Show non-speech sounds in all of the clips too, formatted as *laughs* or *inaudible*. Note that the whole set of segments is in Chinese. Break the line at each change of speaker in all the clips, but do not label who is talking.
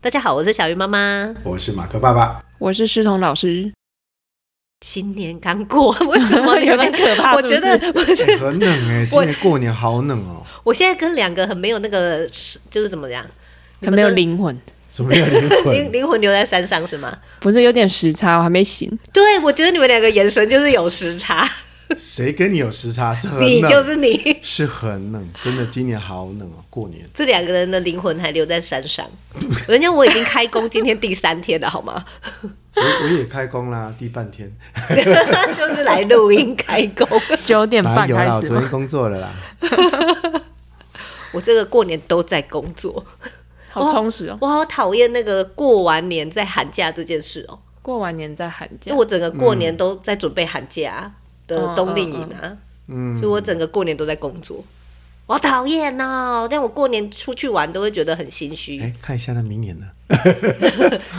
大家好，我是小鱼妈妈。
我是马克爸爸。
我是诗彤老师，
新年刚过， *laughs* 为什么
*laughs* 有点可 *laughs* 怕
我觉得我
哎
是， *laughs*
很冷哎、今
我
年过年好冷哦、
我现在跟两个很没有那个，就是怎么讲，你
很
们
没有
的
灵魂，
什么叫灵
灵 *laughs*
魂？
灵魂留在山上是吗？
不是有点时差，我还没醒。
对，我觉得你们两个眼神就是有时差，
谁跟你有时差？是很冷，
你就是你， *laughs*
是很冷，真的，今年好冷哦、过年
这两个人的灵魂还留在山上。人家我已经开工，今天第三天了，好吗？ *laughs*
我我也开工啦，第半天。
就是来录音开工。 *laughs*
九点
哪
半
有
开
啦，我
始
昨天
吗？
工作了啦。
我这个过年都在工作，
好充实哦！
我好讨厌那个过完年再寒假这件事哦、
过完年再寒
因
假
为，我整个过年都在准备寒假的冬令营
哦
啊，
嗯
所以，我整个过年都在工作。
嗯
我好讨厌哦，但我过年出去玩都会觉得很心虚，
哎、看一下那明年呢？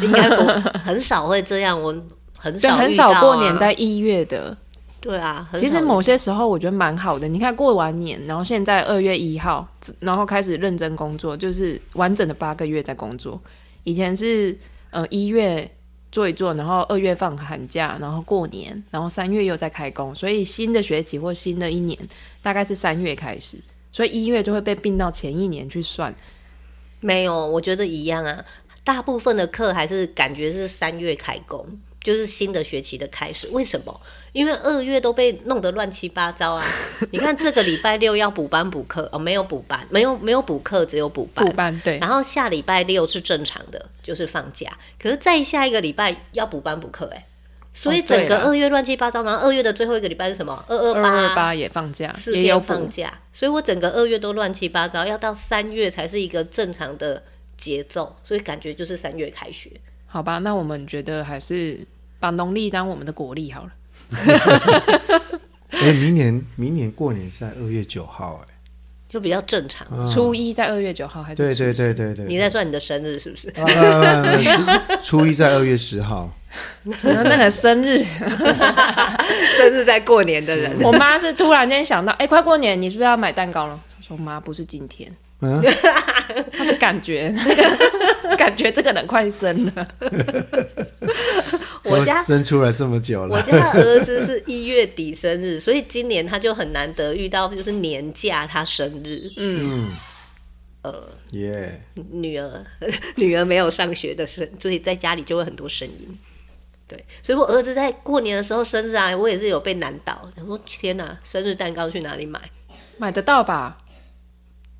应该不很少会这样，我很
对，
少
很
遇到啊
少过年在一月的。
对啊，很少
其实某些时候我觉得蛮好的，你看过完年，然后现在二月一号，然后开始认真工作，就是完整的八个月在工作。以前是呃一月做一做，然后二月放寒假，然后过年，然后三月又在开工，所以新的学期或新的一年大概是三月开始，所以一月就会被并到前一年去 *laughs* 算。
没有，我觉得一样啊。大部分的课还是感觉是三月开工，就是新的学期的开始。为什么？因为二月都被弄得乱七八糟啊！你看这个礼拜六要补班补课，哦，没有补班，没有没有补课，只有补班。
补班对，
然后下礼拜六是正常的，就是放假。可是再下一个礼拜要补班补课，哎，所以
哦对
整个
啦
二月乱七八糟。然后二月的最后一个礼拜是什么？二二
二
八
*laughs*
啊
二八也放假，
四
也有
天
补
放假，所以我整个二月都乱七八糟，要到三月才是一个正常的节奏，所以感觉就是三月开学。
好吧，那我们觉得还是把农历当我们的国历好了。
哎、明年明年过年是在二月九号哎、
就比较正常。
啊
初一在二月九号还是
对
初
对
一
对对对。
你在算你的生日是不
哦
是？
啊初一在二月十号，
然后那个
*laughs*
生日，
生日在过年的人，
我妈是突然间想到，哎、快过年，你是不是要买蛋糕了？我说妈，不是今天，
嗯，
*laughs* 她是感觉，感觉这个人快生了，
我家
都生出来这么久
我
了，
家的儿子是一月底生日，所以今年他就很难得遇到就是年假他生日。
嗯，
呃，
耶、
女儿 *laughs* 女儿没有上学的声，所以在家里就会很多声音。对，所以我儿子在过年的时候生日啊，我也是有被难倒。我说天哪、生日蛋糕去哪里买？
买得到吧？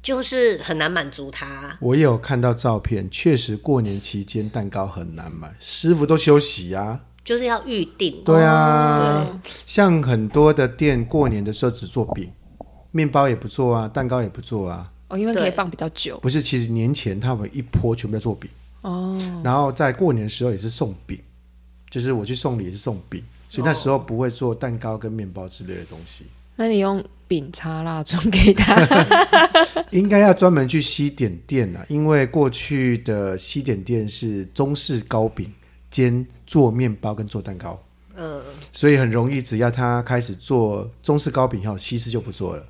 就是很难满足他啊、
我也有看到照片，确实过年期间蛋糕很难买，师傅都休息啊。
就是要预定。
对啊，像很多的店过年的时候只做饼，面包也不做啊，蛋糕也不做啊。
哦，因为可以
对
放比较久
不是，其实年前他们一波全部在做饼，
哦，
然后在过年的时候也是送饼，就是我去送礼也是送饼，所以那时候不会做蛋糕跟面包之类的东西，
那你用饼插蜡烛给她，
应该要专门去西点店啊，因为过去的西点店是中式糕饼兼做面包跟做蛋糕。
嗯，
所以很容易，只要他开始做中式糕饼以后，西式就不做了。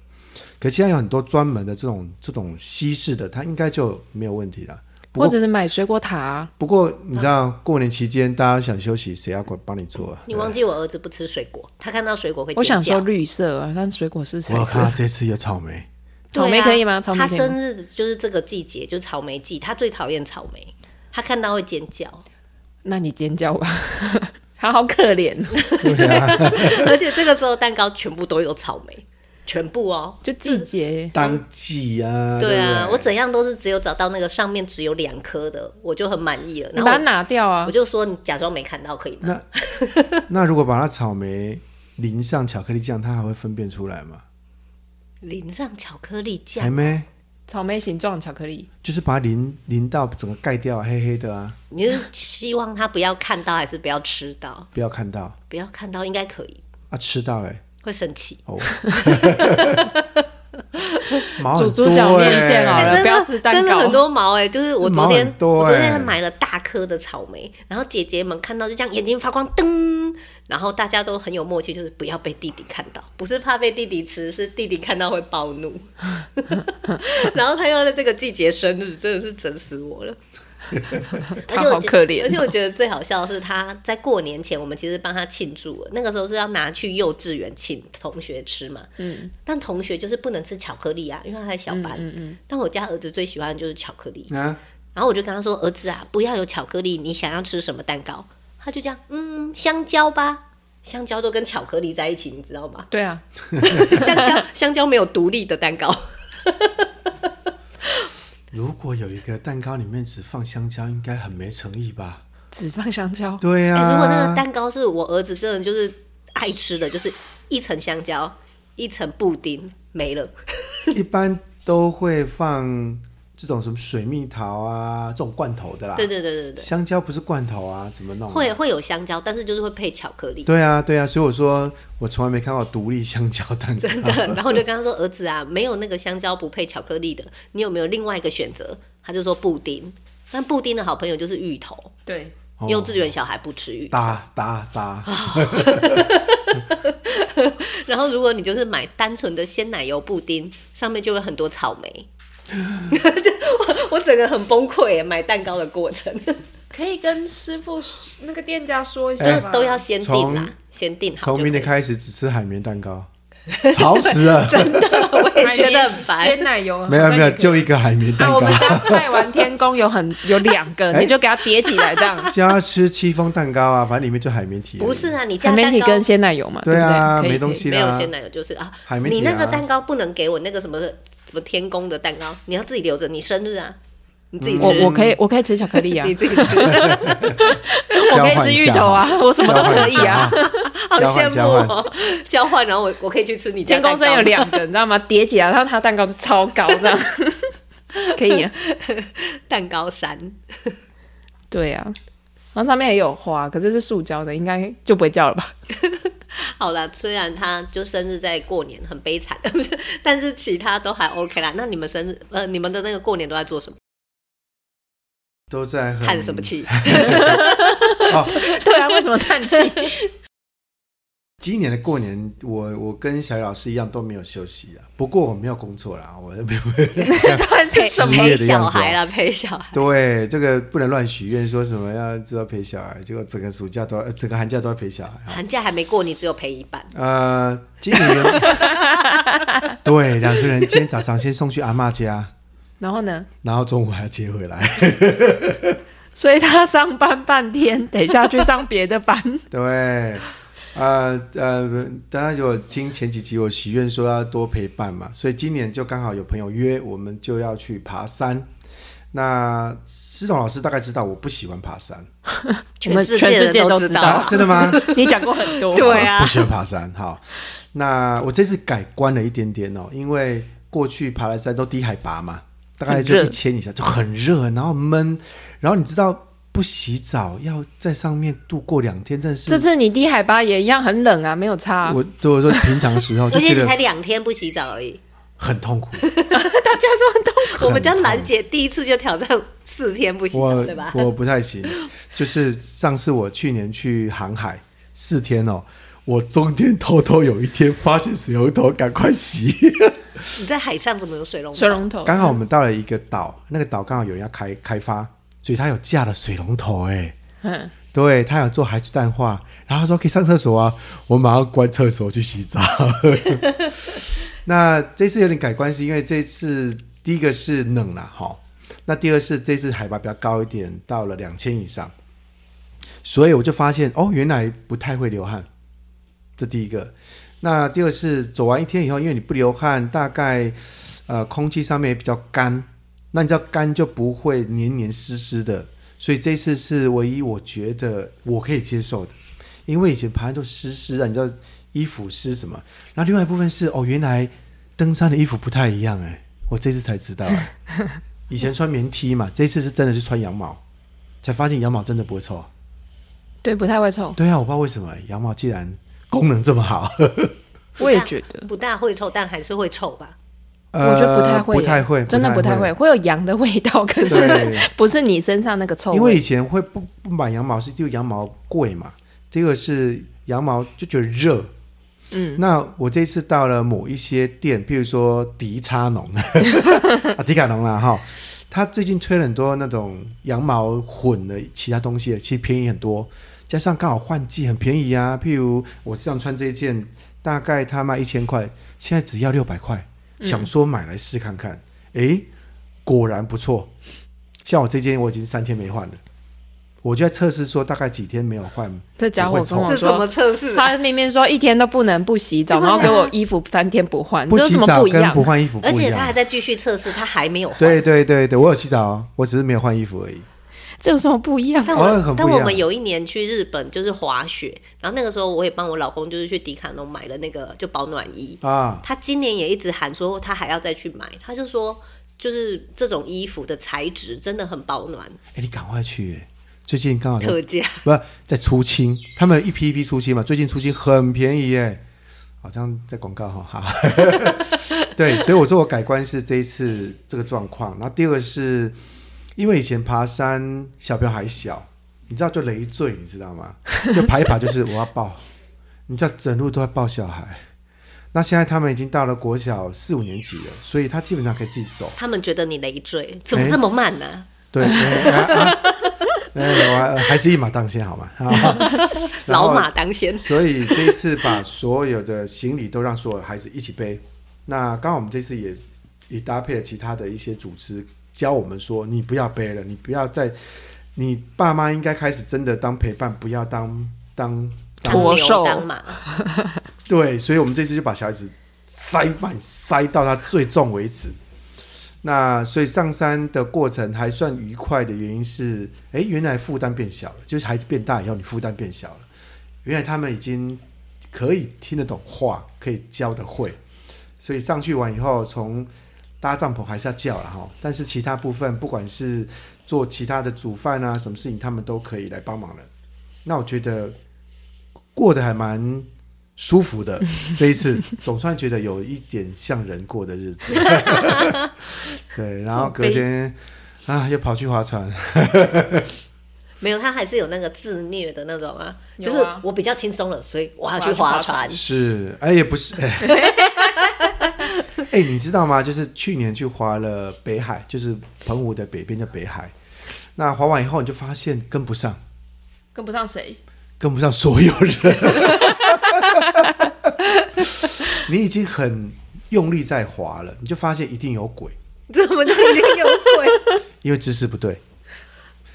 可现在有很多专门的这种这种西式的，它应该就没有问题了。 *laughs* 不
或
过
者是买水果塔啊、
不过你知道，过年期间大家想休息，谁要管帮你做啊？
你忘记我儿子不吃水果，他看到水果会
我
尖
想
叫
说。绿色啊，但水果是
我
彩
有看
色
到。这次有草莓，
对啊
草莓可以吗草莓
他
可以吗
生日就是这个季节，就是草莓季，他最讨厌草莓，他看到会尖 *laughs* 叫，
那你尖叫吧，她好可怜哦，
而且这个时候蛋糕全部都有草莓，全部哦，
就季节
当季啊，
对啊，
不
我怎样都是只有找到那个上面只有两颗的，我就很满意了。
你
然后
把它
我
拿掉啊
我，就说你假装没看到可以吗？
那那如果把那草莓淋上巧克力酱，它还会分辨出来吗？
淋上巧克力
还
酱，
没，
草莓形状巧克力。
就是把它淋淋到整个盖掉，黑黑的啊，
你是希望他不要看到还是不要吃到？
不要看到
不要看到应该可以，
啊，吃到哎、
会生气。
哦， *laughs* 毛
煮
很多
猪脚面
欸
线好了
哎真
不要
的
吃蛋糕
真的很多毛哎、就是我昨
毛
天
很多
我昨
哎
天还买了大颗的草莓，然后姐姐们看到就这样眼睛发光，噔，然后大家都很有默契，就是不要被弟弟看到，不是怕被弟弟吃，是弟弟看到会暴
*laughs* *laughs*
怒。然后他又在这个季节生日，真的是整死我了。而
他
且我
好
觉
可怜哦
而且我觉得最好笑的是，他在过年前，我们其实帮他庆祝了，那个时候是要拿去幼稚园请同学吃嘛。嗯。但同学就是不能吃巧克力啊，因为他还小班。嗯嗯但我家儿子最喜欢的就是巧克力，
啊，
然后我就跟他说：“儿子啊，不要有巧克力，你想要吃什么蛋糕？”他就这样，嗯，香蕉吧。香蕉都跟巧克力在一起，你知道 *laughs* 吗？
对啊，
香蕉，香蕉没有独立的蛋 *laughs* 糕。
如果有一个蛋糕里面只放香蕉，应该很没诚意吧？
只放香蕉，
对呀、
欸
啊
如果那个蛋糕是我儿子真的就是爱吃的，就是一层香蕉，一层布丁，没了。
一般都会放这种什么水蜜桃啊，这种罐头的啦。
对对对 *laughs* 对对，
香蕉不是罐头啊，怎么弄、啊？
会会有香蕉，但是就是会配巧克力。
对啊，对啊，所以我说我从来没看过独立香蕉蛋糕。 *laughs*
真的，然后我就跟他说：“儿子啊，没有那个香蕉不配巧克力的，你有没有另外一个选择？”他就说布丁，但布丁的好朋友就是芋头，
对，
哦
幼稚园小孩不吃芋头。
打打打，
然后如果你就是买单纯的鲜奶油布丁，上面就会很多草莓。 *laughs* 就我我整个很崩溃耶，买蛋糕的过
*laughs*
程。
可以跟师傅那个店家说一
哎
下吧，
都要先定啦
从，
先定好就
从
可以。
明天开始只吃海绵蛋糕， *laughs* 吵死
*laughs*
了。
我也觉得很
海绵
烦。
鲜奶油，
没有没有，就一
个。
个海绵蛋
啊，
糕
我。们家拜完天宫有很有两 *laughs* 个，
哎
你就给它叠起来这 *laughs* 样。
家吃戚风蛋糕啊，反正里面就海绵体。
不是，啊，你
海
加
绵
蛋
体
糕
跟鲜奶油嘛，
对啊
不对？可以
没东西
没有
啦
鲜奶油就是啊，
海绵体啊
你那个蛋糕不能给我那个什么什么天宫的蛋糕，你要自己留着，你生日啊，你自己
可以嗯
吃，
我我可以我可以吃巧克力啊
你，自己
*laughs*
吃，
我可以吃芋头啊，我什么
交
都可
换一
以
下
啊
啊。。
*laughs*
好
交
羡
换
慕哦，交换，然后我我可以去吃你家
天
蛋
宫
糕
真有
吗。
两个，你知道吗？叠起来，然后它蛋糕就超高这样， *laughs* 可以啊。
蛋糕山，
对啊，然后上面也有花，可是是塑胶的，应该就不会叫了吧？
好啦，虽然他就生日在过年很悲惨， *laughs* 但是其他都还 OK 啦。那你们生日呃，你们的那个过年都在做什么？
都在很
叹什么？气？
*laughs* 对啊，为什么叹气？
今年的过年，我我跟小雨老师一样都没有休息啊，不过我没有工作啦，我没有。
*laughs* 到底是
陪
失
什 *laughs* 么？
业
陪
的样
小
子啊
孩啦，陪小孩。
*laughs* 对，这个不能乱许愿，说什么要知道陪小孩，结果整个暑假都要，呃整个寒假都要陪小孩。
寒假还没过，你只有陪一半。
呃，今年
*laughs*
的对两个人今天早上先送去阿嬷家，
然后呢？
然后中午还要接回来。
所以他上班
*laughs*
半天，等一下去上别的班。
*laughs* 对，呃呃，大家有听前几集我许愿说要多陪伴嘛，所以今年就刚好有朋友约，我们就要去爬山。那施董老师大概知道我不喜欢爬山
我们
世
全世
界
界
人
都
知
知
道
道
啊
啊，，真的吗？
你讲过很多，
对啊
不喜欢爬山。好，那我这次改观了一点点哦，因为过去爬的山都低海拔嘛，大概就
很热
一千以下，就很热，然后闷，然后你知道不洗澡要在上面度过两天，真的
这
是。
次你低海拔也一样很冷啊，没有差、啊。
我对我说，平常
*laughs*
时候就
而且
觉
你
得
才两天不洗澡而已。
很
*laughs*
痛苦。
*laughs* 大家说很痛苦，
我们家
很
兰姐第一次就挑战四天不洗澡，
我
对吧？
我不太行，就是上次我去年去航海四天哦，我中间偷偷有一天发现水龙头，赶快洗。
你在海上怎么有水龙头？
水龙头
刚好我们到了一个岛，那个岛刚好有人要开开发，所以他有架了水龙头哎、
嗯，
对他有做海水淡化，然后他说可以上厕所啊，我马上关厕所去洗澡。那这次有点改观是因为这次第一个是冷啦，哈，那第二是这次海拔比较高一点，到了两千以上，所以我就发现哦，原来不太会流汗，这第一个。那第二是走完一天以后，因为你不流汗，大概呃空气上面也比较干，那你知道干就不会黏黏湿湿的，所以这次是唯一我觉得我可以接受的，因为以前爬山都湿湿啊，你知道衣服湿什么。然后另外一部分是哦，原来登山的衣服不太一样哎，我这次才知道哎，以前穿棉 T 嘛，这次是真的是穿羊毛，才发现羊毛真的不会臭。啊
对，不太会臭，
对啊，我不知道为什么哎羊毛既然功能这么好， *laughs*
我也觉得，
不大会臭，但还是会臭吧？
我觉得不太会
呃不
耶，
太会，
真的不太会，。会有羊的味道，可是
对
*laughs* 不是你身上那个臭味，
因为以前会不不买羊毛是第一个羊毛贵嘛，第二个是羊毛就觉得热。
嗯，
那我这次 *laughs* 到了某一些店，譬如说迪卡侬啊，迪卡侬啦哈，他最近推了很多那种羊毛混的其他东西，其实便宜很多，加上刚好换季，很便宜啊。譬如我这样穿这一件，大概他卖一千块，现在只要六百块，
嗯
想说买来试看看，诶，果然不错。像我这件我已经三天没换了，我就在测试说大概几天没有换，
这家伙跟我
这什
说
么，测试？
他明明说一天都不能不洗澡，然
*laughs*
后给我衣服三天不换，
不
这有
洗
什么
澡
不一
跟
样
不？换衣服不
而
一
且
样
他。还在继续测试，他还没有换。
对对对对，我有洗澡，哦我只是没有换衣服而已。
这有什么不一样？
但
偶尔
我
很不
但
一
我
样
们有一年去日本就是滑雪，然后那个时候我也帮我老公就是去迪卡侬买了那个就保暖衣，
啊，
他今年也一直喊说他还要再去买，他就说就是这种衣服的材质真的很保暖，
哎、你赶快去、哎最近刚好在
特价。
不是在出清，他们一批一批出清嘛，最近出清很便宜耶，好像在广告哈、哈哈。 *laughs* 对，所以我说我改观是这一次这个状况，然后第二个是因为以前爬山小朋友还小，你知道就累赘，你知道吗？就爬一爬就是我要抱，你知道整路都在抱小孩。那现在他们已经到了国小四五年级了，所以他基本上可以自己走。
他们觉得你累赘，怎
哎
么这么慢呢、
对， *laughs* 哎啊啊哎我还是一马当先好吗？啊然后
老马当先，
*laughs* 所以这一次把所有的行李都让所有孩子一起背。那刚好我们这次也也搭配了其他的一些组织教我们说，你不要背了，你不要再，你爸妈应该开始真的当陪伴，不要当当
当
驼
牛
兽
当马，
对，所以我们这次就把小孩子塞满，塞到他最重为止。那所以上山的过程还算愉快的原因是，诶，原来负担变小了，就是孩子变大以后，你负担变小了。原来他们已经可以听得懂话，可以教得会，所以上去完以后，从搭帐篷还是要叫了哈，但是其他部分不管是做其他的煮饭啊，什么事情他们都可以来帮忙了。那我觉得过得还蛮舒服的， *laughs* 这一次总算觉得有一点像人过的日子。对，然后隔天啊又跑去划船，
没有他还是有那个自虐的那种啊，
有
就
啊
是我比较轻松了，所以我要去
我要去
划
划船
船。
是哎也不是哎。哎、你知道吗？就是去年去划了北海，就是澎湖的北边叫北海。那划完以后，你就发现跟不上，
跟不上谁？
跟不上所有人。你已经很用力在滑了，你就发现一定有鬼，
怎么就已经有鬼？
因为姿势不对。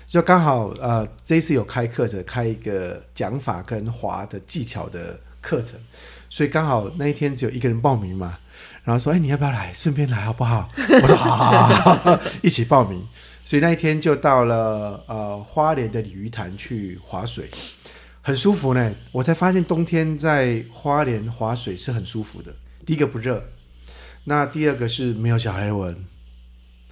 就刚好呃，这一次有开课程，开一个讲法跟滑的技巧的课程，所以刚好那一天只有一个人报名嘛，然后说：“哎、你要不要来？顺便来好不好？”我说：“好好好好好，一起报名。”所以那一天就到了呃花莲的鲤鱼潭去划水，很舒服呢。我才发现冬天在花莲划水是很舒服的。第一个不热，那第二个是没有小黑蚊，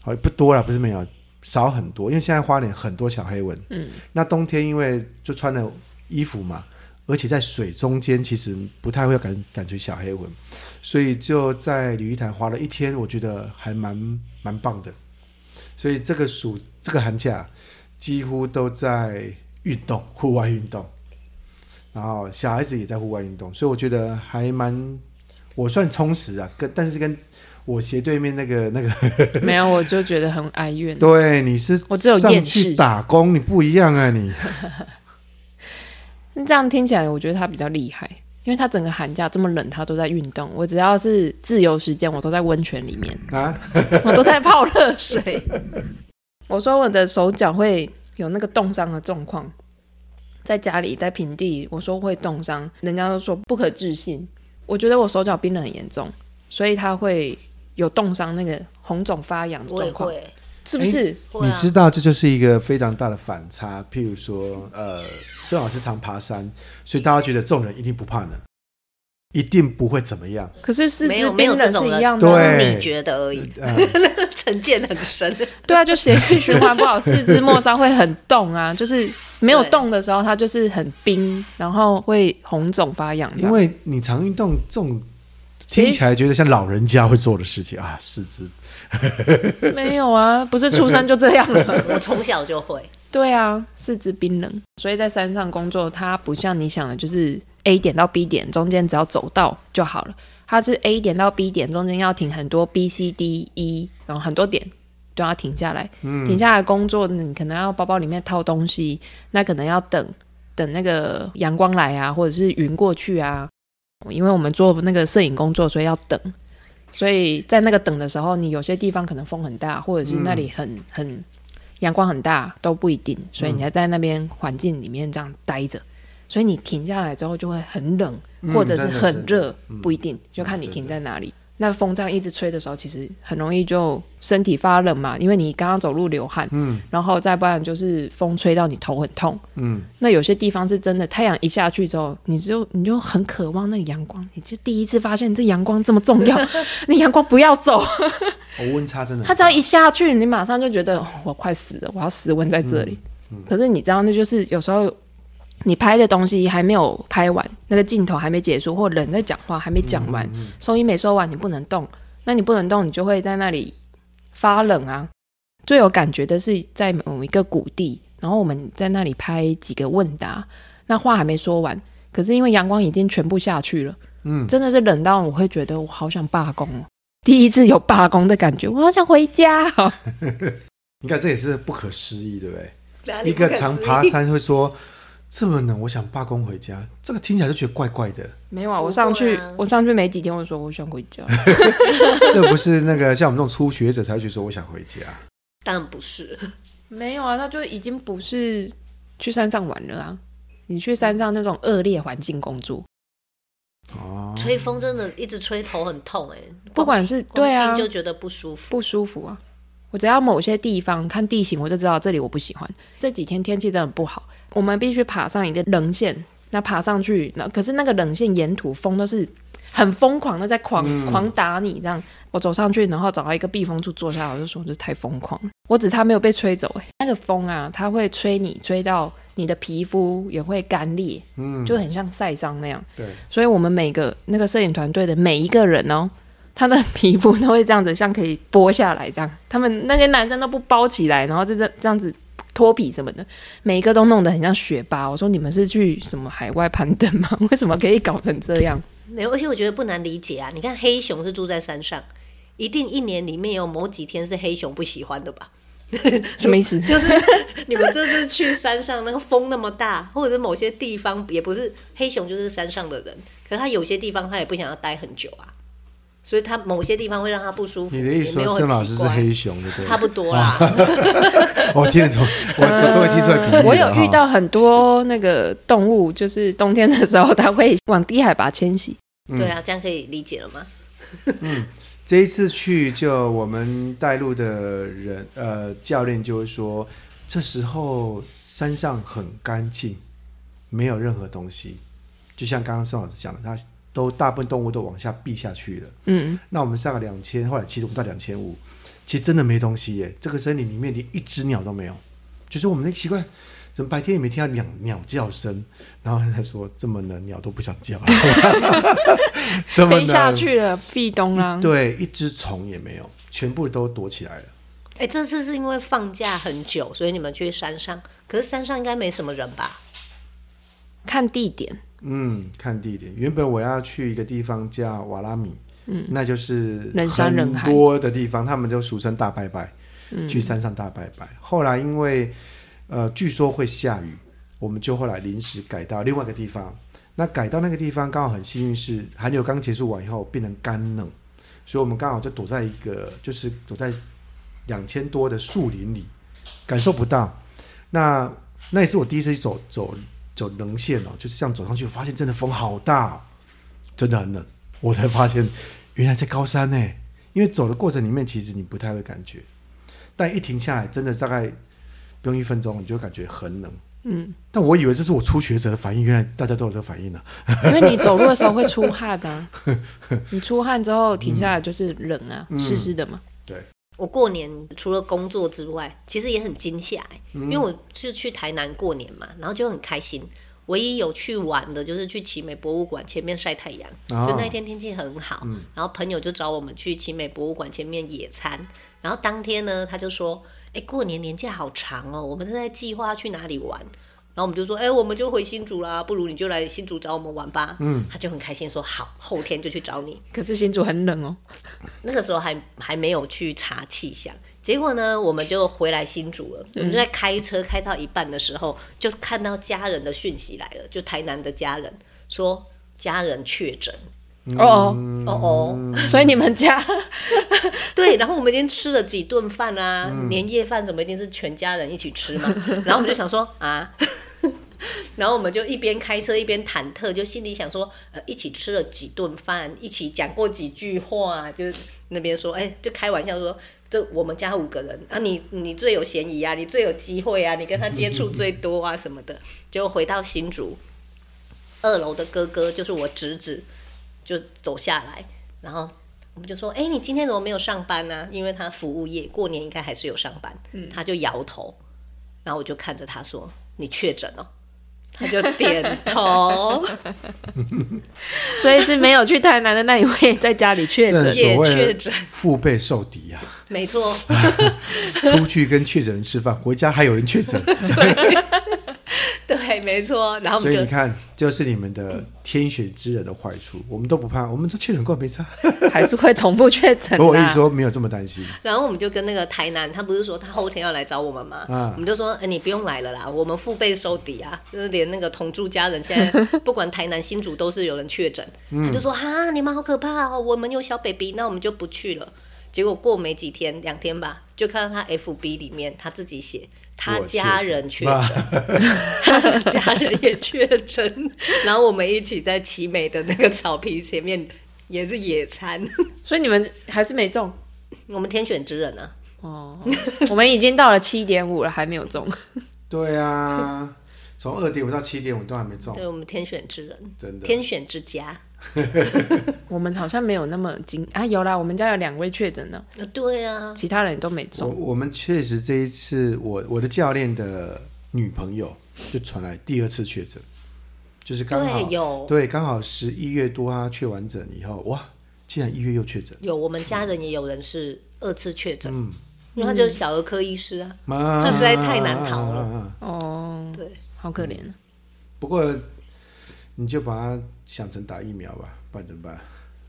好不多了，不是没有，少很多，因为现在花莲很多小黑蚊。嗯，那冬天因为就穿了衣服嘛，而且在水中间其实不太会感感觉小黑蚊，所以就在鲤鱼潭花了一天，我觉得还蛮蛮棒的。所以这个暑这个寒假几乎都在运动，户外运动，然后小孩子也在户外运动，所以我觉得还蛮我算充实啊，跟但是跟我斜对面那个那个
没有，我就觉得很哀怨。
对，你是
我只有
上
厌
去
世
打工，你不一样啊你。
那这样听起来，我觉得他比较厉害，因为他整个寒假这么冷，他都在运动。我只要是自由时间，我都在温泉里面，
啊，
我都在泡热水。 *laughs* 我说我的手脚会有那个冻伤的状况，在家里在平地，我说会冻伤，人家都说不可置信。我觉得我手脚冰冷很严重，所以他会有冻伤那个红肿发痒
*laughs*
的
我也
状况，
会，
是不是？
会
你
啊。
知道这就是一个非常大的反差。譬如说，呃，孙老师常爬山，所以大家觉得这种人一定不怕冷，一定不会怎么样。
可是四
没
肢
有没有
冰
这
冷
种
是
人
一样的啊，
就是
对
你觉得而已。
呃，
成见很
*laughs*
深，
对啊，就血液循环不好，四肢末梢会很冻啊，就是没有动的时候，它就是很冰，然后会红肿发痒这样。
因为你常运动，这种听起来觉得像老人家会做的事情啊，四肢
没有啊，不是出生就这样了。
我从小就会。
对啊，四肢冰冷，所以在山上工作，它不像你想的，就是 A 点到 B 点中间只要走到就好了。它是 A 点到 B 点中间要停很多 E， B、C、D、E，然后很多点，就要停下来，停下来工作，你可能要包包里面掏东西，那可能要等等那个阳光来啊，或者是云过去啊，因为我们做那个摄影工作，所以要等。所以在那个等的时候，你有些地方可能风很大，或者是那里很、很阳光很大都不一定，所以你还在那边环境里面这样待着，所以你停下来之后就会很冷，
嗯
或者是
真的真
很
的
热，不一定，就看你停在哪里。那风这样一直吹的时候，其实很容易就身体发冷嘛，因为你刚刚走路流汗，
嗯
然后再不然就是风吹到你头很痛。
嗯，
那有些地方是真的，太阳一下去之后，你就你就很渴望那个阳光，你就第一次发现这阳光这么重要，那阳光不要走，
哦，温差真的很大，
它只要一下去，你马上就觉得、哦我快死了，我要死温在这
嗯
里。可是你知道，那就是有时候你拍的东西还没有拍完，那个镜头还没结束，或人在讲话还没讲完，
嗯
收音没收完，你不能动。那你不能动，你就会在那里发冷啊。最有感觉的是在某一个谷地，然后我们在那里拍几个问答，那话还没说完，可是因为阳光已经全部下去了，
嗯
真的是冷到我会觉得我好想罢工哦。第一次有罢工的感觉，我好想回家、哦。
你看这也是不可思议，对不对？
哪里
一
啊不可
个常
思议
爬山会说这么冷，我想罢工回家，这个听起来就觉得怪怪的。 *laughs*
没有啊，
不
我上
会
去
啊
我上去没几天，我说我想回家。
这不是那个像我们这种初学者才会觉得说我想回家。
当然不是，
没有啊，那就已经不是去山上玩了啊。你去山上那种恶劣环境工作，
哦，
吹风真的一直吹头很痛哎、
不管是
光
对啊
听，就觉得不舒服。
不舒服啊。我只要某些地方看地形，我就知道这里我不喜欢。这几天天气真的不好，我们必须爬上一个棱线。那爬上去，那可是那个棱线沿途风都是很疯狂的在狂、狂打你这样。我走上去，然后找到一个避风处坐下来，我就说这太疯狂了，我只差没有被吹走、欸。那个风啊，它会吹你，吹到你的皮肤也会干裂，
嗯，
就很像晒伤那样。
对，
所以我们每个那个摄影团队的每一个人哦，他的皮肤都会这样子，像可以剥下来这样。他们那些男生都不包起来，然后就这这样子脱皮什么的，每一个都弄得很像雪巴。我说你们是去什么海外攀登吗？为什么可以搞成这样？
没有，而且我觉得不难理解啊。你看黑熊是住在山上，一定一年里面有某几天是黑熊不喜欢的吧？
什么意思？
就是 *laughs* 你们这次去山上，那个风那么大，或者是某些地方也不是黑熊就是山上的人，可是他有些地方他也不想要待很久啊，所以他某些地方会让他不舒服。
你的意思
也没有很
说孙
奇怪
老师是黑熊，哦对不对？
差不多啦，
*laughs* 我听得懂，我我终于听出来
嗯
比喻了
我有遇
哈，
到很多那个动物，就是冬天的时候，它会往低海拔迁徙。
嗯
*laughs* 对啊，这样可以理解了吗？
这一次去就我们带路的人，呃，教练就会说，这时候山上很干净，没有任何东西，就像刚刚孙老师讲的，它都大部分动物都往下避下去了。
嗯，
那我们上了两千，后来其实我们到两千五，其实真的没东西耶，这个森林里面连一只鸟都没有，就是我们那奇怪。怎么白天也没听到鸟鸟叫声？然后他说这么冷，鸟都不想叫 *laughs* 了，这么
飞
冷
下去了，壁咚啊
一。对，一只虫也没有，全部都躲起来了。
哎、这次是因为放假很久，所以你们去山上，可是山上应该没什么人吧？
看地点，
嗯，看地点，原本我要去一个地方叫瓦拉米，嗯，那就是
人山人海
很多的地方，他们就俗称大拜拜，去山上大拜拜。后来因为呃，据说会下雨，我们就后来临时改到另外一个地方。那改到那个地方刚好很幸运是寒流刚结束完以后变成干冷，所以我们刚好就躲在一个就是躲在两千多的树林里，感受不到。那那也是我第一次去走走走棱线哦，就是这样走上去，我发现真的风好大、哦，真的很冷。我才发现原来在高山呢，因为走的过程里面其实你不太会感觉，但一停下来，真的大概不用一分钟，你就感觉很冷。
嗯，
但我以为这是我初学者的反应，原来大家都有这个反应呢、
因为你走路的时候会出汗
*laughs*
啊，你出汗之后停下来就是冷啊，
嗯
湿湿的嘛。
我过年除了工作之外，其实也很惊吓、欸，因为我是去台南过年嘛，然后就很开心。唯一有去玩的就是去奇美博物馆前面晒太阳，
啊
就那一天天气很好，然后朋友就找我们去奇美博物馆前面野餐，然后当天呢他就说：“哎、过年年假好长哦，我们正在计划去哪里玩。”然后我们就说：“哎、我们就回新竹啦，不如你就来新竹找我们玩吧。”嗯，他就很开心说：“好，后天就去找你。”
可是新竹很冷哦，
那个时候还还没有去查气象，结果呢，我们就回来新竹了。我们就在开车开到一半的时候，就看到家人的讯息来了，就台南的家人说家人确诊。
嗯
哦
哦哦，
哦，所以你们家
*laughs* 对，然后我们今天吃了几顿饭啊，年夜饭什么一定是全家人一起吃嘛。 *laughs* 然后我们就想说啊， *laughs* 然后我们就一边开车一边忐忑，就心里想说，呃，一起吃了几顿饭，一起讲过几句话，就是那边说，哎、就开玩笑说。这我们家五个人啊，你你最有嫌疑啊，你最有机会啊，你跟他接触最多啊什么的。结果回到新竹，二楼的哥哥就是我侄子，就走下来，然后我们就说：“哎、你今天怎么没有上班呢、因为他服务业，过年应该还是有上班。他就摇头，然后我就看着他说：“你确诊了。”他就点头，
*laughs*
*laughs*
所以是没有去台南的那一位在家里确
正
诊，
也
所
确
谓
诊
腹背受
*laughs*
敌啊，
没错，
出去跟确诊人吃饭，回家还有人
*laughs*
确诊，
对，没错。然后我
所
们
以你
就
看，就是你们的天选之人的坏处，我们都不怕，我们都确诊过没差。
还是会重复确诊啊
不过我一直
啦。
说没有这么担心，
然后我们就跟那个台南，他不是说他后天要来找我们吗？
嗯
我们就说，哎、你不用来了啦，我们腹背受敌啊，就是连那个同住家人现在不管台南、新竹都是有人确诊，他就说哈，你们好可怕哦，我们有小 baby，那我们就不去了。结果过没几天，两天吧，就看到他 FB 里面他自己写。他
我确诊
家人确诊， *laughs* 他的家人也确诊，然后我们一起在奇美的那个草皮前面也是野餐， *laughs*
所以你们还是没中
我们天选之人啊，
哦。 *laughs* 我们已经到了七点五了，还没有中。 *laughs*
对啊， *laughs* 从二点五到七点五都还没中，
对我们天选之人。
真的。
天选之家。
我们好像没有那么惊啊，有啦，我们家有两位确诊呢，
呃对啊，
其他人都没
我
中。
我们确实这一次，我我的教练的女朋友就传来第二次确诊，就是刚好
对有
对刚好十一月多她确完诊以后，哇，竟然一月又确诊，
有我们家人也有人是二次确诊，
嗯
因为他就是小儿科医师啊，
那
实在太难逃了
哦，
对，
好可怜啊。
不过你就把它想成打疫苗吧，不然怎么办？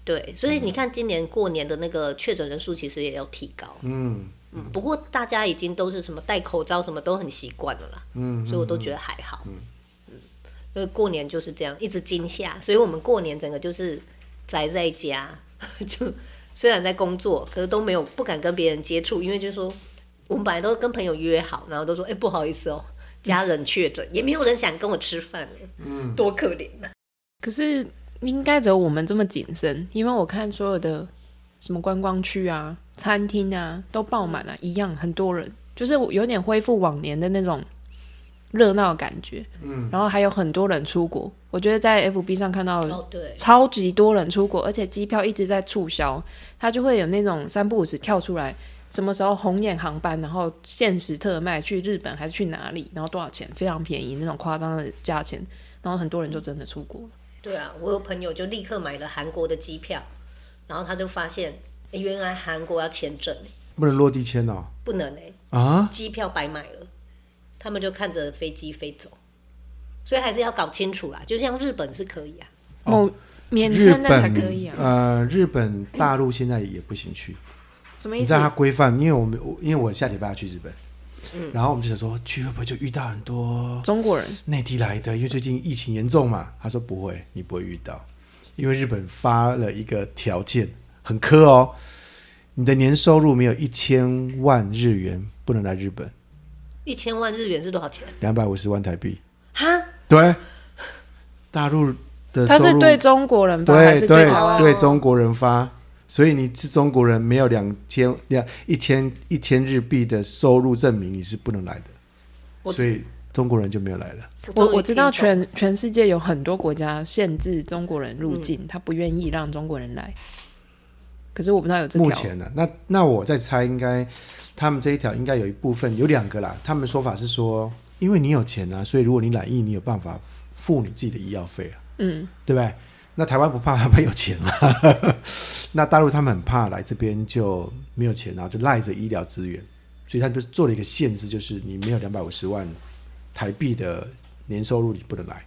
对，所
嗯
以你看今年过年的那个确诊人数其实也有提高，
嗯，
嗯，不过大家已经都是什么戴口罩什么都很习惯了啦，嗯，所以我都觉得还好，嗯，因为过年就是这样一直惊吓，所以我们过年整个就是宅在家， *laughs* 就虽然在工作，可是都没有不敢跟别人接触，因为就是说我们本来都跟朋友约好，然后都说哎、不好意思哦，家人确诊，也没有人想跟我吃饭，嗯，多可怜呐、
可是应该只有我们这么谨慎，因为我看所有的什么观光区啊、餐厅啊都爆满了、一样很多人，就是有点恢复往年的那种热闹感觉。嗯，然后还有很多人出国，我觉得在 FB 上看到
哦对，
超级多人出国，而且机票一直在促销，它就会有那种三不五时跳出来，什么时候红眼航班，然后限时特卖去日本还是去哪里，然后多少钱，非常便宜那种夸张的价钱，然后很多人就真的出国了。
对啊，我有朋友就立刻买了韩国的机票，然后他就发现，诶原来韩国要签证，
不能落地签哦
不能哎、
啊！
机票白买了，他们就看着飞机飞走，所以还是要搞清楚啦。就像日本是可以啊，
某免
日
签那才
本
可以啊？
呃，日本大陆现在也不行去，
什么意
你
思
知道？它规范，因为我们我因为我下礼拜要去日本，
嗯
然后我们就想说去会不会就遇到很多
中国人
内地来的，因为最近疫情严重嘛。他说不会，你不会遇到，因为日本发了一个条件，很苛哦，你的年收入没有一千万日元，不能来日本，
一千万日元是多少钱？
两百五十万台币。
哈，
对，大陆的
他
收
是
入
对中国人吧，还
对
是
对
台湾？
对中国人发，所以你是中国人，没有两千两一千一千日币的收入证明，你是不能来的，
我
所以中国人就没有来了。
终于
我我知道
听懂
全全世界有很多国家限制中国人入境，他不愿意让中国人来。可是我不知道有这
目
条
前呢、那那我在猜，应该他们这一条应该有一部分有两个啦。他们说法是说，因为你有钱啊，所以如果你染疫，你有办法付你自己的医药费啊，
嗯，
对不对？那台湾不怕，他们有钱嘛。 *laughs* 那大陆他们很怕来这边就没有钱、啊，然后就赖着医疗资源，所以他就做了一个限制，就是你没有两百五十万台币的年收入，你不能来。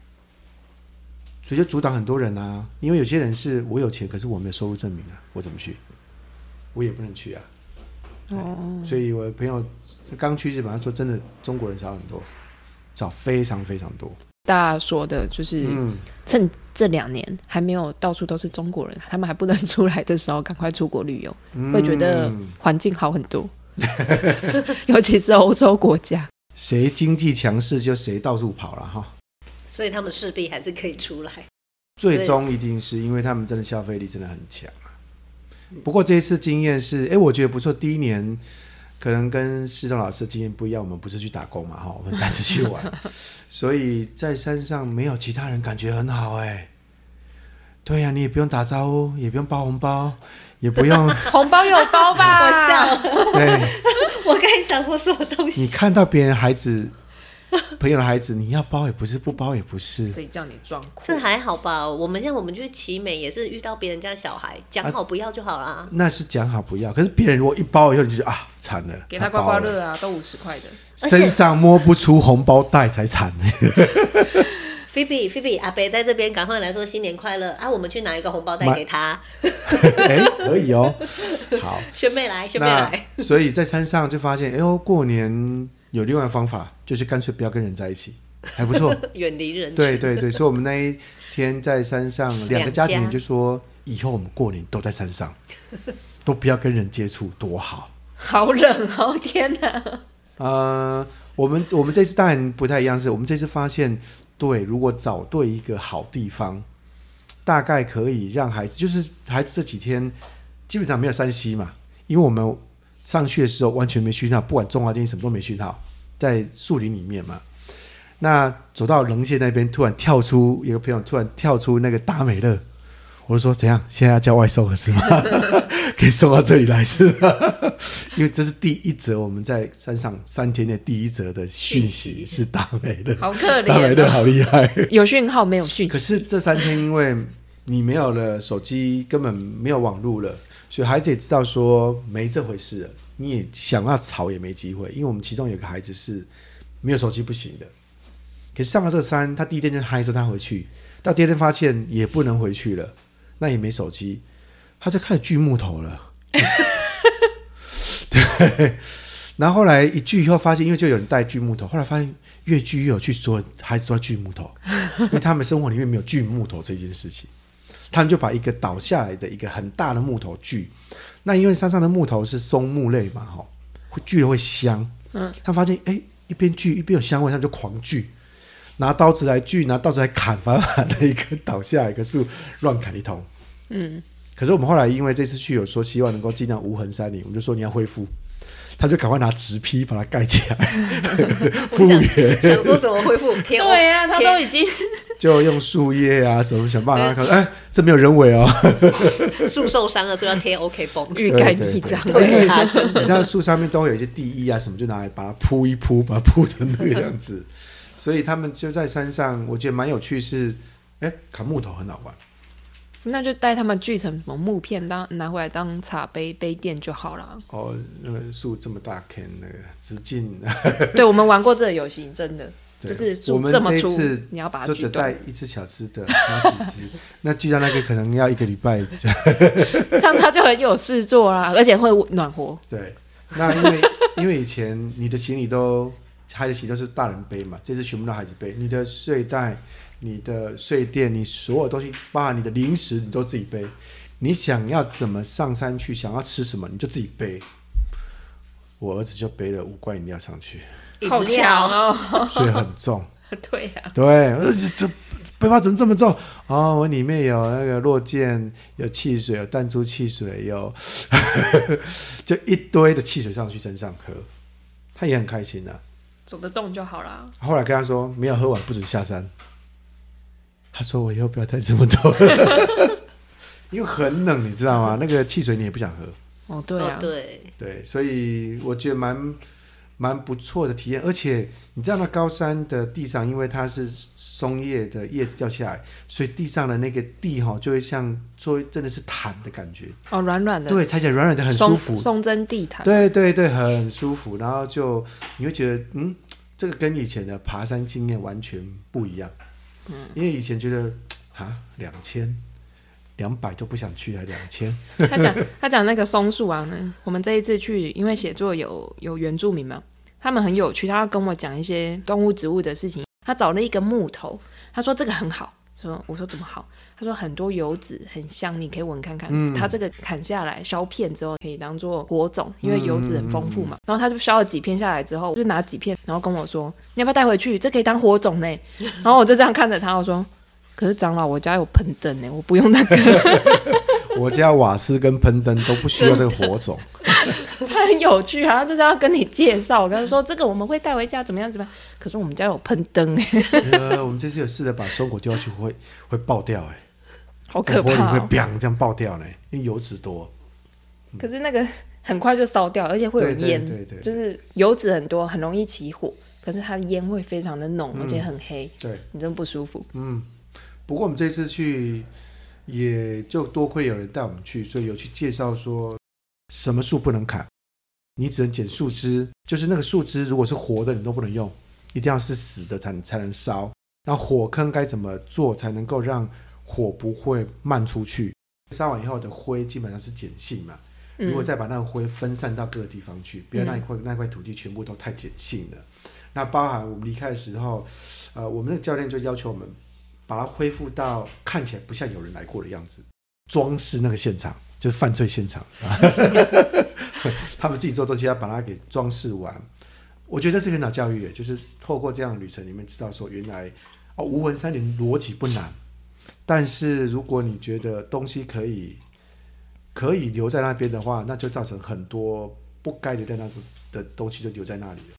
所以就阻挡很多人啊，因为有些人是我有钱，可是我没有收入证明啊，我怎么去？我也不能去啊。
哦，
所以我的朋友刚去日本，他说真的中国人少很多，少非常非常多。
大家说的就是
嗯，
趁这两年还没有到处都是中国人，他们还不能出来的时候，赶快出国旅游，会觉得
嗯
环境好很多， *laughs* 尤其是欧洲国家。
谁经济强势就谁到处跑了哈。
所以他们势必还是可以出来。
最终一定是因为他们真的消费力真的很强啊。不过这一次经验是，哎，我觉得不错。第一年可能跟施东老师的经验不一样，我们不是去打工嘛，哈，我们单是去玩，所以在山上没有其他人，感觉很好哎、对呀、你也不用打招呼，也不用包红包，也不用
红包有包吧？
*laughs* 我笑了，
对。
我刚才想说什么东
你
西？
看到别人孩子、朋友的孩子，你要包也不是，不包也不是。
谁叫你装酷
这？还好吧？我们像我们去奇美也是遇到别人家小孩，讲
啊
好不要就好啦。
那是讲好不要，可是别人如果一包以后，你就觉得啊，惨了，
给他刮
包
刮
了
乐啊，都五十块的。
而且
*laughs* 身上摸不出红包袋才惨。
菲比菲比阿北在这边，赶快来说新年快乐啊！我们去拿一个红包袋
买
给他，
哎、可以
*laughs*
哦。好，
学妹来，学妹
那
来，
所以在山上就发现，哎呦，过年有另外的方法，就是干脆不要跟人在一起，还不
*laughs*
错。
*laughs* 远离人群。
对对对，所以我们那一天在山上，两个家庭就说，以后我们过年都在山上，都不要跟人接触，多好。
好冷哦，天 *laughs* 哪！
呃，我们我们这次当然不太一样，是我们这次发现，对，如果找对一个好地方，大概可以让孩子，就是孩子这几天基本上没有山西嘛，因为我们上去的时候完全没讯号，不管中华电信什么都没讯号，在树林里面嘛。那走到棱线那边，突然跳出一个朋友，突然跳出那个达美乐，我就说怎样？现在要叫外送了是吗？ *laughs* 可以送到这里来是吗？ *laughs* 因为这是第一则我们在山上三天内第一则的讯息
讯息
是达美乐，
好可
达美
怜、
乐
哦。
好厉害。
有讯号没有讯？
可是这三天因为你没有了手机，根本没有网络了，所以孩子也知道说没这回事了。你也想要吵也没机会，因为我们其中有个孩子是没有手机不行的。可是上了这山，他第一天就嗨说他回去，到第二天发现也不能回去了，那也没手机，他就开始锯木头了。对，然后后来一锯以后发现，因为就有人带锯木头，后来发现越锯越有趣，所有孩子都在锯木头。因为他们生活里面没有锯木头这件事情，他们就把一个倒下来的一个很大的木头锯。那因为山上的木头是松木类嘛，哈，会锯了会香。嗯，他发现哎、一边锯一边有香味，他们就狂锯，拿刀子来锯，拿刀子来砍，反正把那一个倒下来一个树乱砍一通。
嗯，
可是我们后来因为这次去有说希望能够尽量无痕山林，我们就说你要恢复，他就赶快拿直坯把它盖起来， *laughs*
我
复
想
原。
想说怎么恢
*laughs*
复？天，
对啊呀、他
天
都 *laughs* 已经
就用树叶啊什么想办法，可能哎，这没有人为哦。
树受伤了，所以要贴 OK 绷。
欲盖
对对
弥彰。
对啊，真
*laughs* 你知道树上面都有一些地衣啊什么，就拿来把它铺一铺，把它铺成那个样子。 *laughs* 所以他们就在山上，我觉得蛮有趣是，哎，砍木头很好玩。
那就带他们锯成什么木片当拿回来当茶杯杯垫就好 *laughs* 了。
哦，那个树这么大，砍那个直径， *laughs*
对，我们玩过这个游戏，真的
对
就是
我
树
们
这么
这一
粗
次，
你要把它
就
锯
只
断
带，一只小只的，那几只， *laughs* 那锯到那个可能要一个礼拜。
这样他就很有事做啦，而且会暖和。
对， *laughs* 那因为因为以前你的行李都孩子行李都是大人背嘛，这次全部都孩子背，你的睡袋、你的睡垫、你所有东西，包含你的零食，你都自己背。你想要怎么上山去，想要吃什么，你就自己背。我儿子就背了五罐饮料上去，
饮
好强
料
哦！
所以很重。
*laughs* 对啊呀、
对，我说这这背包怎么这么重？哦，我里面有那个落剑，有汽水，有弹珠汽水，有就一堆的汽水上去身上喝，他也很开心啊。
走得动就好啦。
后来跟他说，没有喝完不准下山。他说我以后不要带这么多，因为很冷，你知道吗？那个汽水你也不想喝，
哦，对啊，
哦对，
对，所以我觉得蛮蛮不错的体验，而且你知道吗？高山的地上，因为它是松叶的叶子掉下来，所以地上的那个地哈、就会像做真的是毯的感觉，
哦，软软的，
对，踩起来软软的，很舒
松
服。
松针地毯。
对对对，很舒服。然后就你会觉得，嗯，这个跟以前的爬山经验完全不一样。嗯，因为以前觉得啊，两千两百都不想去，还两千。
他讲他讲那个松树啊，那我们这一次去，因为写作有有原住民嘛，他们很有趣，他要跟我讲一些动物植物的事情。他找了一个木头，他说这个很好，说我说怎么好？他说很多油脂很香，你可以闻看看。他这个砍下来削片之后，可以当做火种，因为油脂很丰富嘛。然后他就削了几片下来之后，就拿几片，然后跟我说你要不要带回去？这可以当火种呢。然后我就这样看着他，我说可是长老，我家有盆灯呢，我不用那个。
我家瓦斯跟喷灯都不需要这个火种，
他很有趣啊，他就是要跟你介绍。我跟他说这个我们会带回家，怎么样怎么样。可是我们家有喷灯 *laughs* 哎，
呃，我们这次有试着把松果丢下去会会爆掉哎、
好
欸，
可
火里
怕、
会
哦。
砰这样爆掉呢、欸因为油脂多。
可是那个很快就烧掉，而且会有
对对
烟，
对对
就是油脂很多，很容易起火。可是它的烟会非常的浓，
嗯
而且很黑，
对，
你真的不舒服。
嗯不过我们这次去也就多亏有人带我们去，所以有去介绍说什么树不能砍，你只能捡树枝，就是那个树枝如果是活的你都不能用，一定要是死的才才能烧。那火坑该怎么做才能够让火不会漫出去？烧完以后的灰基本上是碱性嘛，如果
嗯，
再把那个灰分散到各个地方去，不要那一块、那块土地全部都太碱性了。那包含我们离开的时候，呃，我们的教练就要求我们把它恢复到看起来不像有人来过的样子，装饰那个现场，就是犯罪现场。 *laughs* 他们自己做东西要把它给装饰完。我觉得这是很好教育的，就是透过这样的旅程，你们知道说原来哦，无痕山林逻辑不难，但是如果你觉得东西可以可以留在那边的话，那就造成很多不该留在那的东西就留在那里了。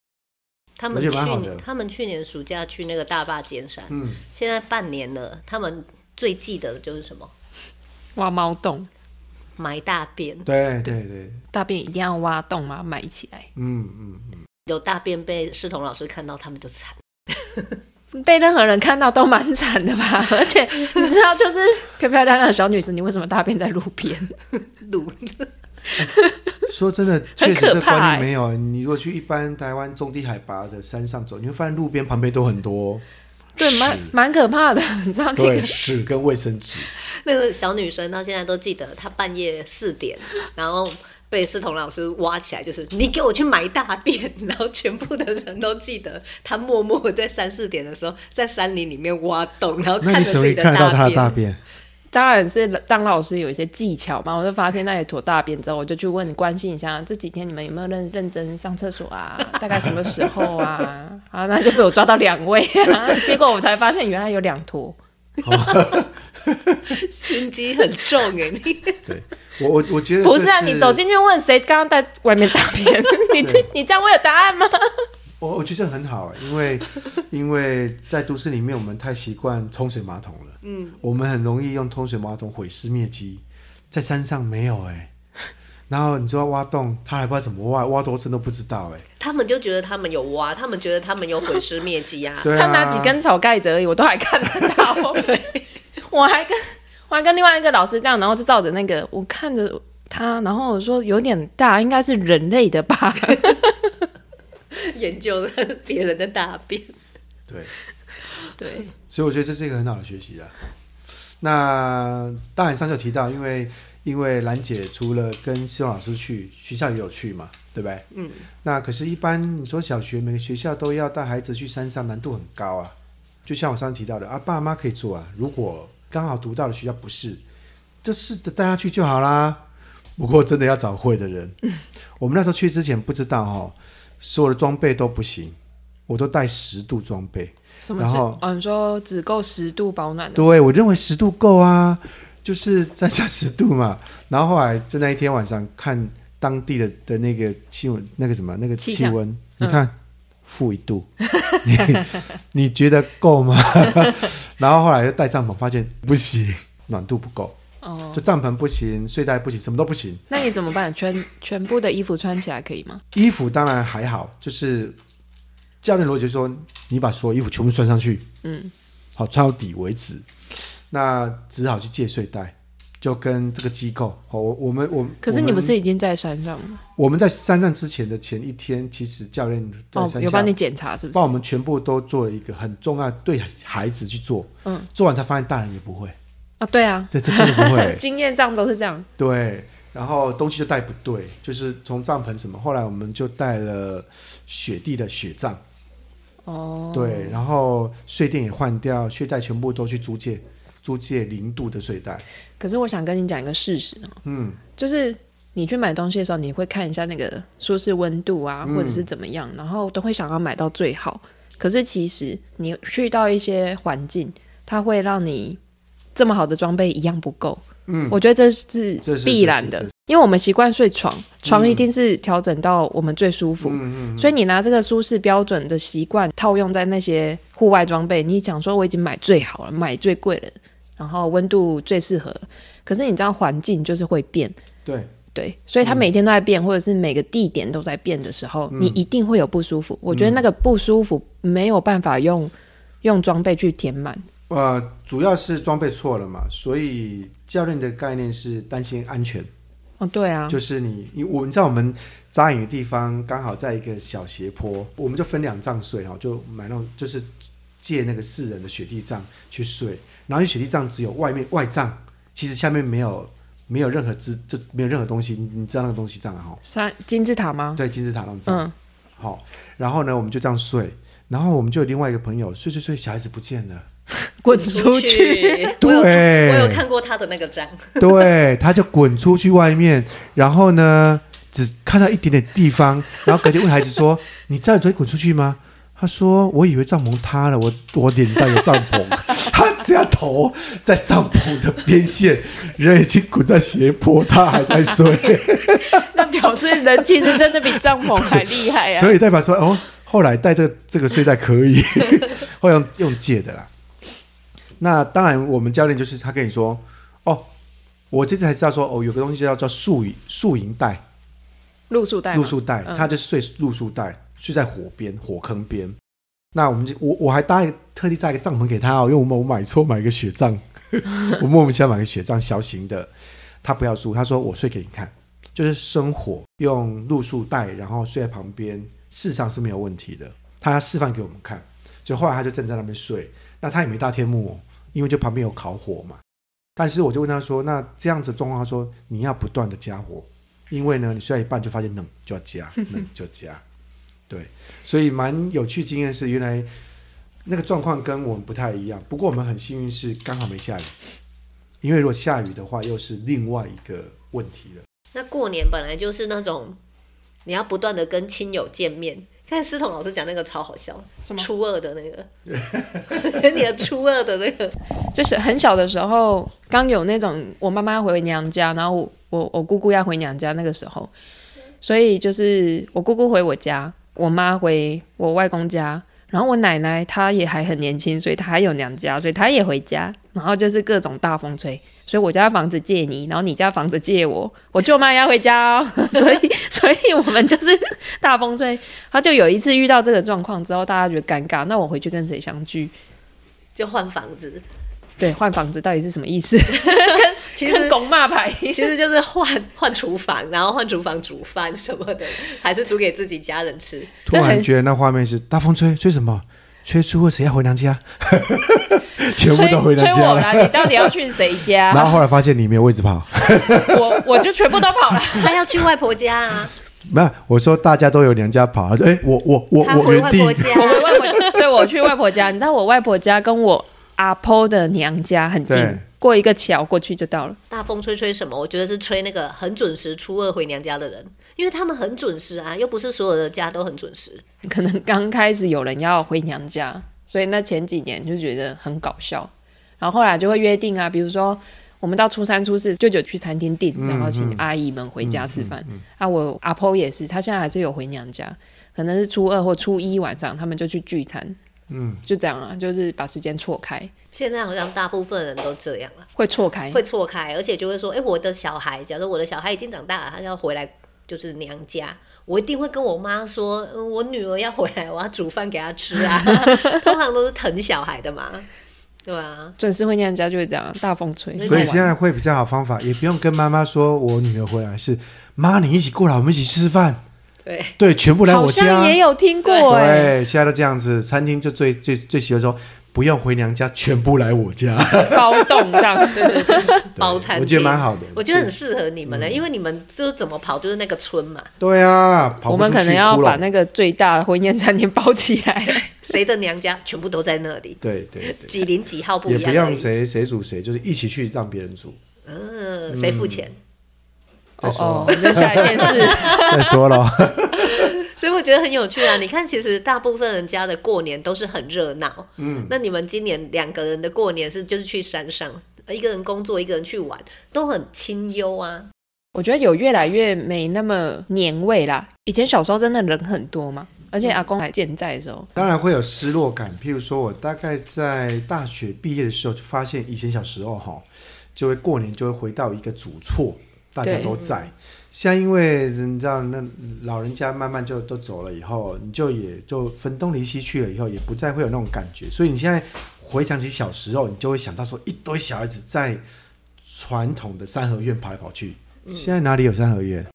他们
而且
去
蛮好的
年他们去年暑假去那个大坝尖山，
嗯，
现在半年了，他们最记得的就是什么？
挖猫洞，
埋大便，
对对对，
大便一定要挖洞嘛，埋起来。
嗯嗯嗯，
有大便被世彤老师看到，他们就
*laughs*
惨。
被任何人看到都蛮惨的
*laughs*
吧？而且你知道，就是漂漂亮亮的小女生，你为什么大便在路边？
路
说真的，确实
很
这
可怕
观念
欸
没有。你如果去一般台湾中低海拔的山上走，你会发现路边旁边都很多
对，蛮蛮可怕的。你知道那
对
个
屎跟卫生纸。
*laughs* 那个小女生到现在都记得，她半夜四点，然后被思彤老师挖起来，就是你给我去埋大便，然后全部的人都记得，她默默在三四点的时候在山林里面挖洞，然后
那
看
你
着
怎
自
么
己
也
的
看得到他的
便。
大便？
当然是当老师有一些技巧嘛，我就发现那一坨大便之后，我就去问关心一下这几天你们有没有认认真上厕所啊？大概什么时候啊？啊，那就被我抓到两位啊！结果我才发现原来有两坨，
心机很重哎，你 *laughs*
对我我我觉得
不是啊？
这
你走进去问谁刚刚在外面大便？你这你这样会有答案吗？
我我觉得这很好，欸因为因为在都市里面，我们太习惯冲水马桶了，嗯，我们很容易用冲水马桶毁尸灭迹，在山上没有哎、然后你说要挖洞，他还不知道怎么挖，挖多深都不知道哎、
他们就觉得他们有挖，他们觉得他们有毁尸灭迹啊。
对啊，
他拿几根草盖子而已，我都还看得到。我还跟我还跟另外一个老师这样，然后就照着那个，我看着他，然后我说有点大，应该是人类的吧。 *laughs*
研究了别人的大便，
对，
对，
所以我觉得这是一个很好的学习啊。那当然上次有提到，因为因为兰姐除了跟希望老师去，学校也有去嘛，对不对？
嗯。
那可是，一般你说小学每个学校都要带孩子去山上，难度很高啊。就像我上次提到的，啊，爸妈可以做啊。如果刚好读到的学校不是，就试着带他去就好啦。不过真的要找会的人。我们那时候去之前不知道哦，所有的装备都不行，我都带十度装备。
什么是？
然后
哦，你说只够十度保暖的，
对，我认为十度够啊，就是站下十度嘛。 *laughs* 然后后来就那一天晚上看当地的的那个气温，那个什么那个
气
气
象嗯
温，你看负一度， *laughs* 你你觉得够吗？ *laughs* 然后后来又带帐篷，发现不行，暖度不够，
哦，
就帐篷不行，睡袋不行，什么都不行。
那你怎么办？全全部的衣服穿起来可以吗？
衣服当然还好，就是教练逻辑说，你把所有衣服全部穿上去，
嗯，
好穿到底为止。那只好去借睡袋，就跟这个机构，好，我我们我们
可是你
我
不
们
是已经在山上了吗？
我们在山上之前的前一天，其实教练在
哦，
山
有
下、
帮你检查是不
帮我
是？
们全部都做了一个很重要，对孩子去做，
嗯， *laughs*
做完才发现大人也不会，
啊，对啊，。
这这真的不会
*laughs* 经验上都是这样。
对，然后东西就带不对，就是从帐篷什么，后来我们就带了雪地的雪帐，
哦，
对，然后睡垫也换掉，睡袋全部都去租借，租借零度的睡袋。
可是我想跟你讲一个事实哦，
嗯，
就是你去买东西的时候，你会看一下那个舒适温度啊，
嗯
或者是怎么样，然后都会想要买到最好。可是其实你去到一些环境，它会让你这么好的装备一样不够。
嗯，
我觉得这是
这是
必然的
这是这是，
因为我们习惯睡床，床一定是调整到我们最舒服。
嗯
所以你拿这个舒适标准的习惯套用在那些户外装备，你讲说我已经买最好了，买最贵了，然后温度最适合了，可是你知道环境就是会变，
对，
对，所以它每天都在变，或者是每个地点都在变的时候，
嗯
你一定会有不舒服。我觉得那个不舒服没有办法用用装备去填满，
呃，主要是装备错了嘛，所以教练的概念是担心安全，
哦，对啊，
就是你，因为我们在我们扎营的地方刚好在一个小斜坡，我们就分两帐睡哈，就买那种就是借那个四人的雪地帐去睡，然后因为雪地帐只有外面外帐，其实下面没有没有任何支，就没有任何东西，你你知道那个东西帐哈，
三金字塔吗？
对，金字塔那种帐，
嗯，
好、然后呢我们就这样睡，然后我们就有另外一个朋友睡睡睡，小孩子不见了，
滚出去！
去！我有
对，
我有看过他的那个章，
*laughs* 对，他就滚出去外面，然后呢，只看到一点点地方，然后隔天问孩子说：“
*laughs*
你知道你昨天滚出去吗？”他说：“我以为帐篷塌了，我我脸上有帐
*laughs*
篷。”他只要头在帐篷的边线，人已经滚在斜坡，他还在睡，
那表示人其实真的比帐篷还厉害啊！
所以代表说哦，后来带这个这个睡袋可以，后来用用借的啦。那当然，我们教练就是他跟你说：“哦，我这次才知道说哦，有个东西叫叫宿营宿营袋。”
露宿带吗，
露宿带，
嗯
他就是睡露宿带，睡在火边、火坑边。那我们就我我还搭一个特地搭一个帐篷给他哦，因为我们我买错买一个雪帐，我莫名其妙买个雪帐小型的，他不要住，他说我睡给你看，就是生火用露宿带，然后睡在旁边，事实上是没有问题的。他示范给我们看，就后来他就正在那边睡，那他也没搭天幕、哦，因为就旁边有烤火嘛。但是我就问他说，那这样子状况，他说你要不断的加火，因为呢，你睡到一半就发现冷就
*laughs*
要加，冷就加，对，所以蛮有趣经验是原来那个状况跟我们不太一样，不过我们很幸运是刚好没下雨，因为如果下雨的话又是另外一个问题了。
那过年本来就是那种你要不断的跟亲友见面。刚才思彤老师讲那个超好笑，初二的那个，跟你的初二的那个，
就是很小的时候，刚有那种我妈妈回娘家，然后我我我姑姑要回娘家那个时候，所以就是我姑姑回我家，我妈回我外公家，然后我奶奶她也还很年轻，所以她还有娘家，所以她也回家，然后就是各种大风吹，所以我家房子借你，然后你家房子借我，我舅妈也要回家哦， *laughs* 所以所以我们就是大风吹，她就有一次遇到这个状况之后，大家觉得尴尬，那我回去跟谁相聚？
就换房子，
对，换房子到底是什
*laughs*
么意思？
其实
拱骂牌。
其实就是换换厨房，然后换厨房煮饭什么的，还是煮给自己家人吃。
突
这
然
很
觉得那画面是大风吹吹什么？吹初二谁要回娘家？ *laughs* 全部
催
都回娘
催
家
我
了。
啦！你到底要去谁
然后
家？
后来发现你没有位置跑， *laughs*
我我就全部都跑了。
他要去外婆家啊，
没有，我说大家都有娘家跑，哎、我我我
他
我
回
原
外
地
婆家
我回外婆，对我去外婆家。你知道我外婆家跟我阿婆的娘家很
对
近，过一个桥过去就到了。
大风吹吹什么？我觉得是吹那个很准时初二回娘家的人，因为他们很准时啊，又不是所有的家都很准时。
*laughs* 可能刚开始有人要回娘家，所以那前几年就觉得很搞笑。然后后来就会约定啊，比如说我们到初三、初四，舅舅去餐厅
嗯
订，然后请阿姨们回家吃饭。啊，我阿婆也是，她现在还是有回娘家，可能是初二或初一晚上，他们就去聚餐。嗯，就这样啊，就是把时间错开，
现在好像大部分人都这样了，
会错开。
会错开，而且就会说，哎、我的小孩，假如我的小孩已经长大了，他要回来就是娘家，我一定会跟我妈说，嗯，我女儿要回来，我要煮饭给她吃
*laughs*
啊。通常都是疼小孩的嘛，对啊，
准时回娘家就会这样，啊大风吹。
所
所以
好玩
现在会比较好方法，也不用跟妈妈说我女儿回来是妈，你一起过来，我们一起吃饭。
对。
对，全部来
好
我家
像。也有听过哎、
*laughs* 对，现在都这样子，餐厅就最最最喜欢说。不用回娘家，全部来我家，
*laughs* 包栋这样，对对对，
包餐
我觉
厅
得蛮好的。嗯
我觉得很适合你们嘞，因为你们就怎么跑就是那个村嘛，
对啊，跑
我
不
们
出
可能
去
要
窟窿
把那个最大的婚宴餐厅包起来，
谁的娘家全部都在那里，
对对对，
几零几号不
也
一
不
样
用
而已，
谁谁煮谁，就是一起去让别人煮。
嗯，谁付钱？
再说
哦，那下一件事，
*laughs* 再说了，
*laughs*
所以我觉得很有趣啊！你看，其实大部分人家的过年都是很热闹，嗯，那你们今年两个人的过年是就是去山上，一个人工作，一个人去玩，都很清幽啊。
我觉得有越来越没那么年味啦。以前小时候真的人很多嘛，而且阿公还健在的时候，
当然会有失落感。譬如说，我大概在大学毕业的时候，就发现以前小时候哈，就会过年就会回到一个主厝，大家
对
都在。现在因为你知道，那老人家慢慢就都走了以后，你就也就分东离西去了以后，也不再会有那种感觉。所以你现在回想起小时候，你就会想到说，一堆小孩子在传统的三合院跑来跑去。
嗯
嗯现在哪里有三合院？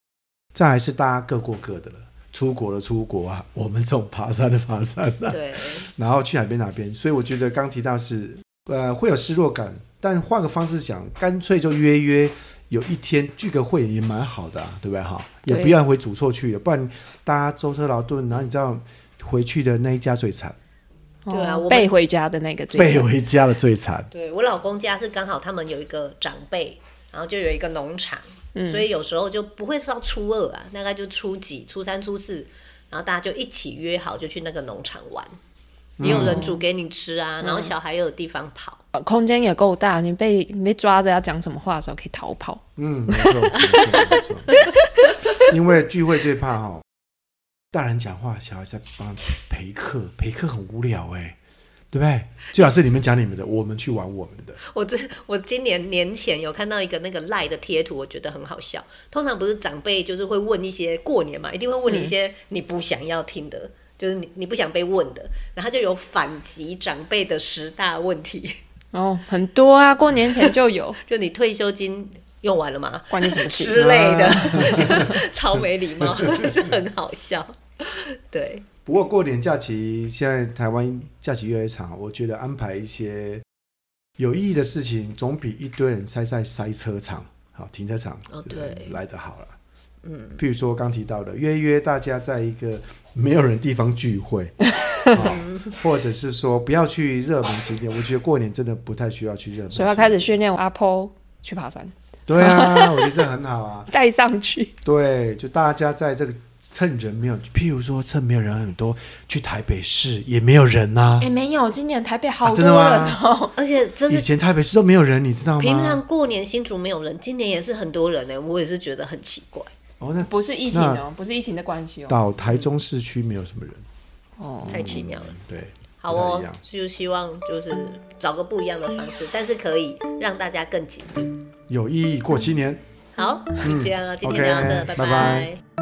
这还是大家各过各的了。出国的出国啊，我们这种爬山的爬山啊。
对，
然后去哪边哪边。所以我觉得刚提到是，呃，会有失落感，但换个方式讲，干脆就约约，有一天聚个会也蛮好的、啊，对不对？哈，也
对
不要回主厝去了，不然大家舟车劳顿，然后你知道回去的那一家最惨，
对啊
哦
我们
背回家的那个最
被回家的最惨。
对我老公家是刚好他们有一个长辈，然后就有一个农场，
嗯
所以有时候就不会是到初二啊，大概就初几、初三、初四，然后大家就一起约好就去那个农场玩，
嗯
也有人煮给你吃啊，然后小孩也有地方跑。
空间也够大，你被你被抓着要讲什么话的时候可以逃跑。
嗯，没错，没错，没错。 *laughs* 因为聚会最怕哈、哦大人讲话，小孩在帮陪客，陪客很无聊哎、对不对？最好是你们讲你们的，我们去玩我们的。
*laughs* 我这我今年年前有看到一个那个赖的贴图，我觉得很好笑。通常不是长辈就是会问一些过年嘛，一定会问你一些
嗯
你不想要听的，就是你你不想被问的，然后就有反击长辈的十大问题， *laughs*
哦，很多啊，过年前
*laughs*
就有，
就你退休金用完了吗？
关你什么事？
之类的，
啊
*laughs* 超没礼貌，是很好笑。对，
不过过年假期现在台湾假期越来越长，我觉得安排一些有意义的事情，总比一堆人塞在塞车场、好停车场
哦
这个
对
来的好了。
嗯，
譬如说刚提到的，约约大家在一个没有人地方聚会， *laughs* 啊或者是说不要去热门景点。我觉得过年真的不太需要去热门景
所
点，
以要开始训练我阿婆去爬山，
对啊，我觉得这很好啊。 *laughs*
带上去。
对，就大家在这个趁人没有，譬如说趁没有人很多，去台北市也没有人啊呐、
哎、没有，今年台北
啊
好
真
多
的
人
吗
哦。
而且真
以
是
前台北市都没有人，你知道吗？
平常过年新竹没有人，今年也是很多人呢、欸我也是觉得很奇怪。
哦，那
不是疫情哦，不是疫情的关系哦。
到台中市区没有什么人，
哦，
太奇妙了。
对，
好
不太
哦
一样，
就希望就是找个不一样的方式，但是可以让大家更紧密。
有意义过新年。
好，就这样啊，今天
嗯 OK，
聊到这，拜
拜拜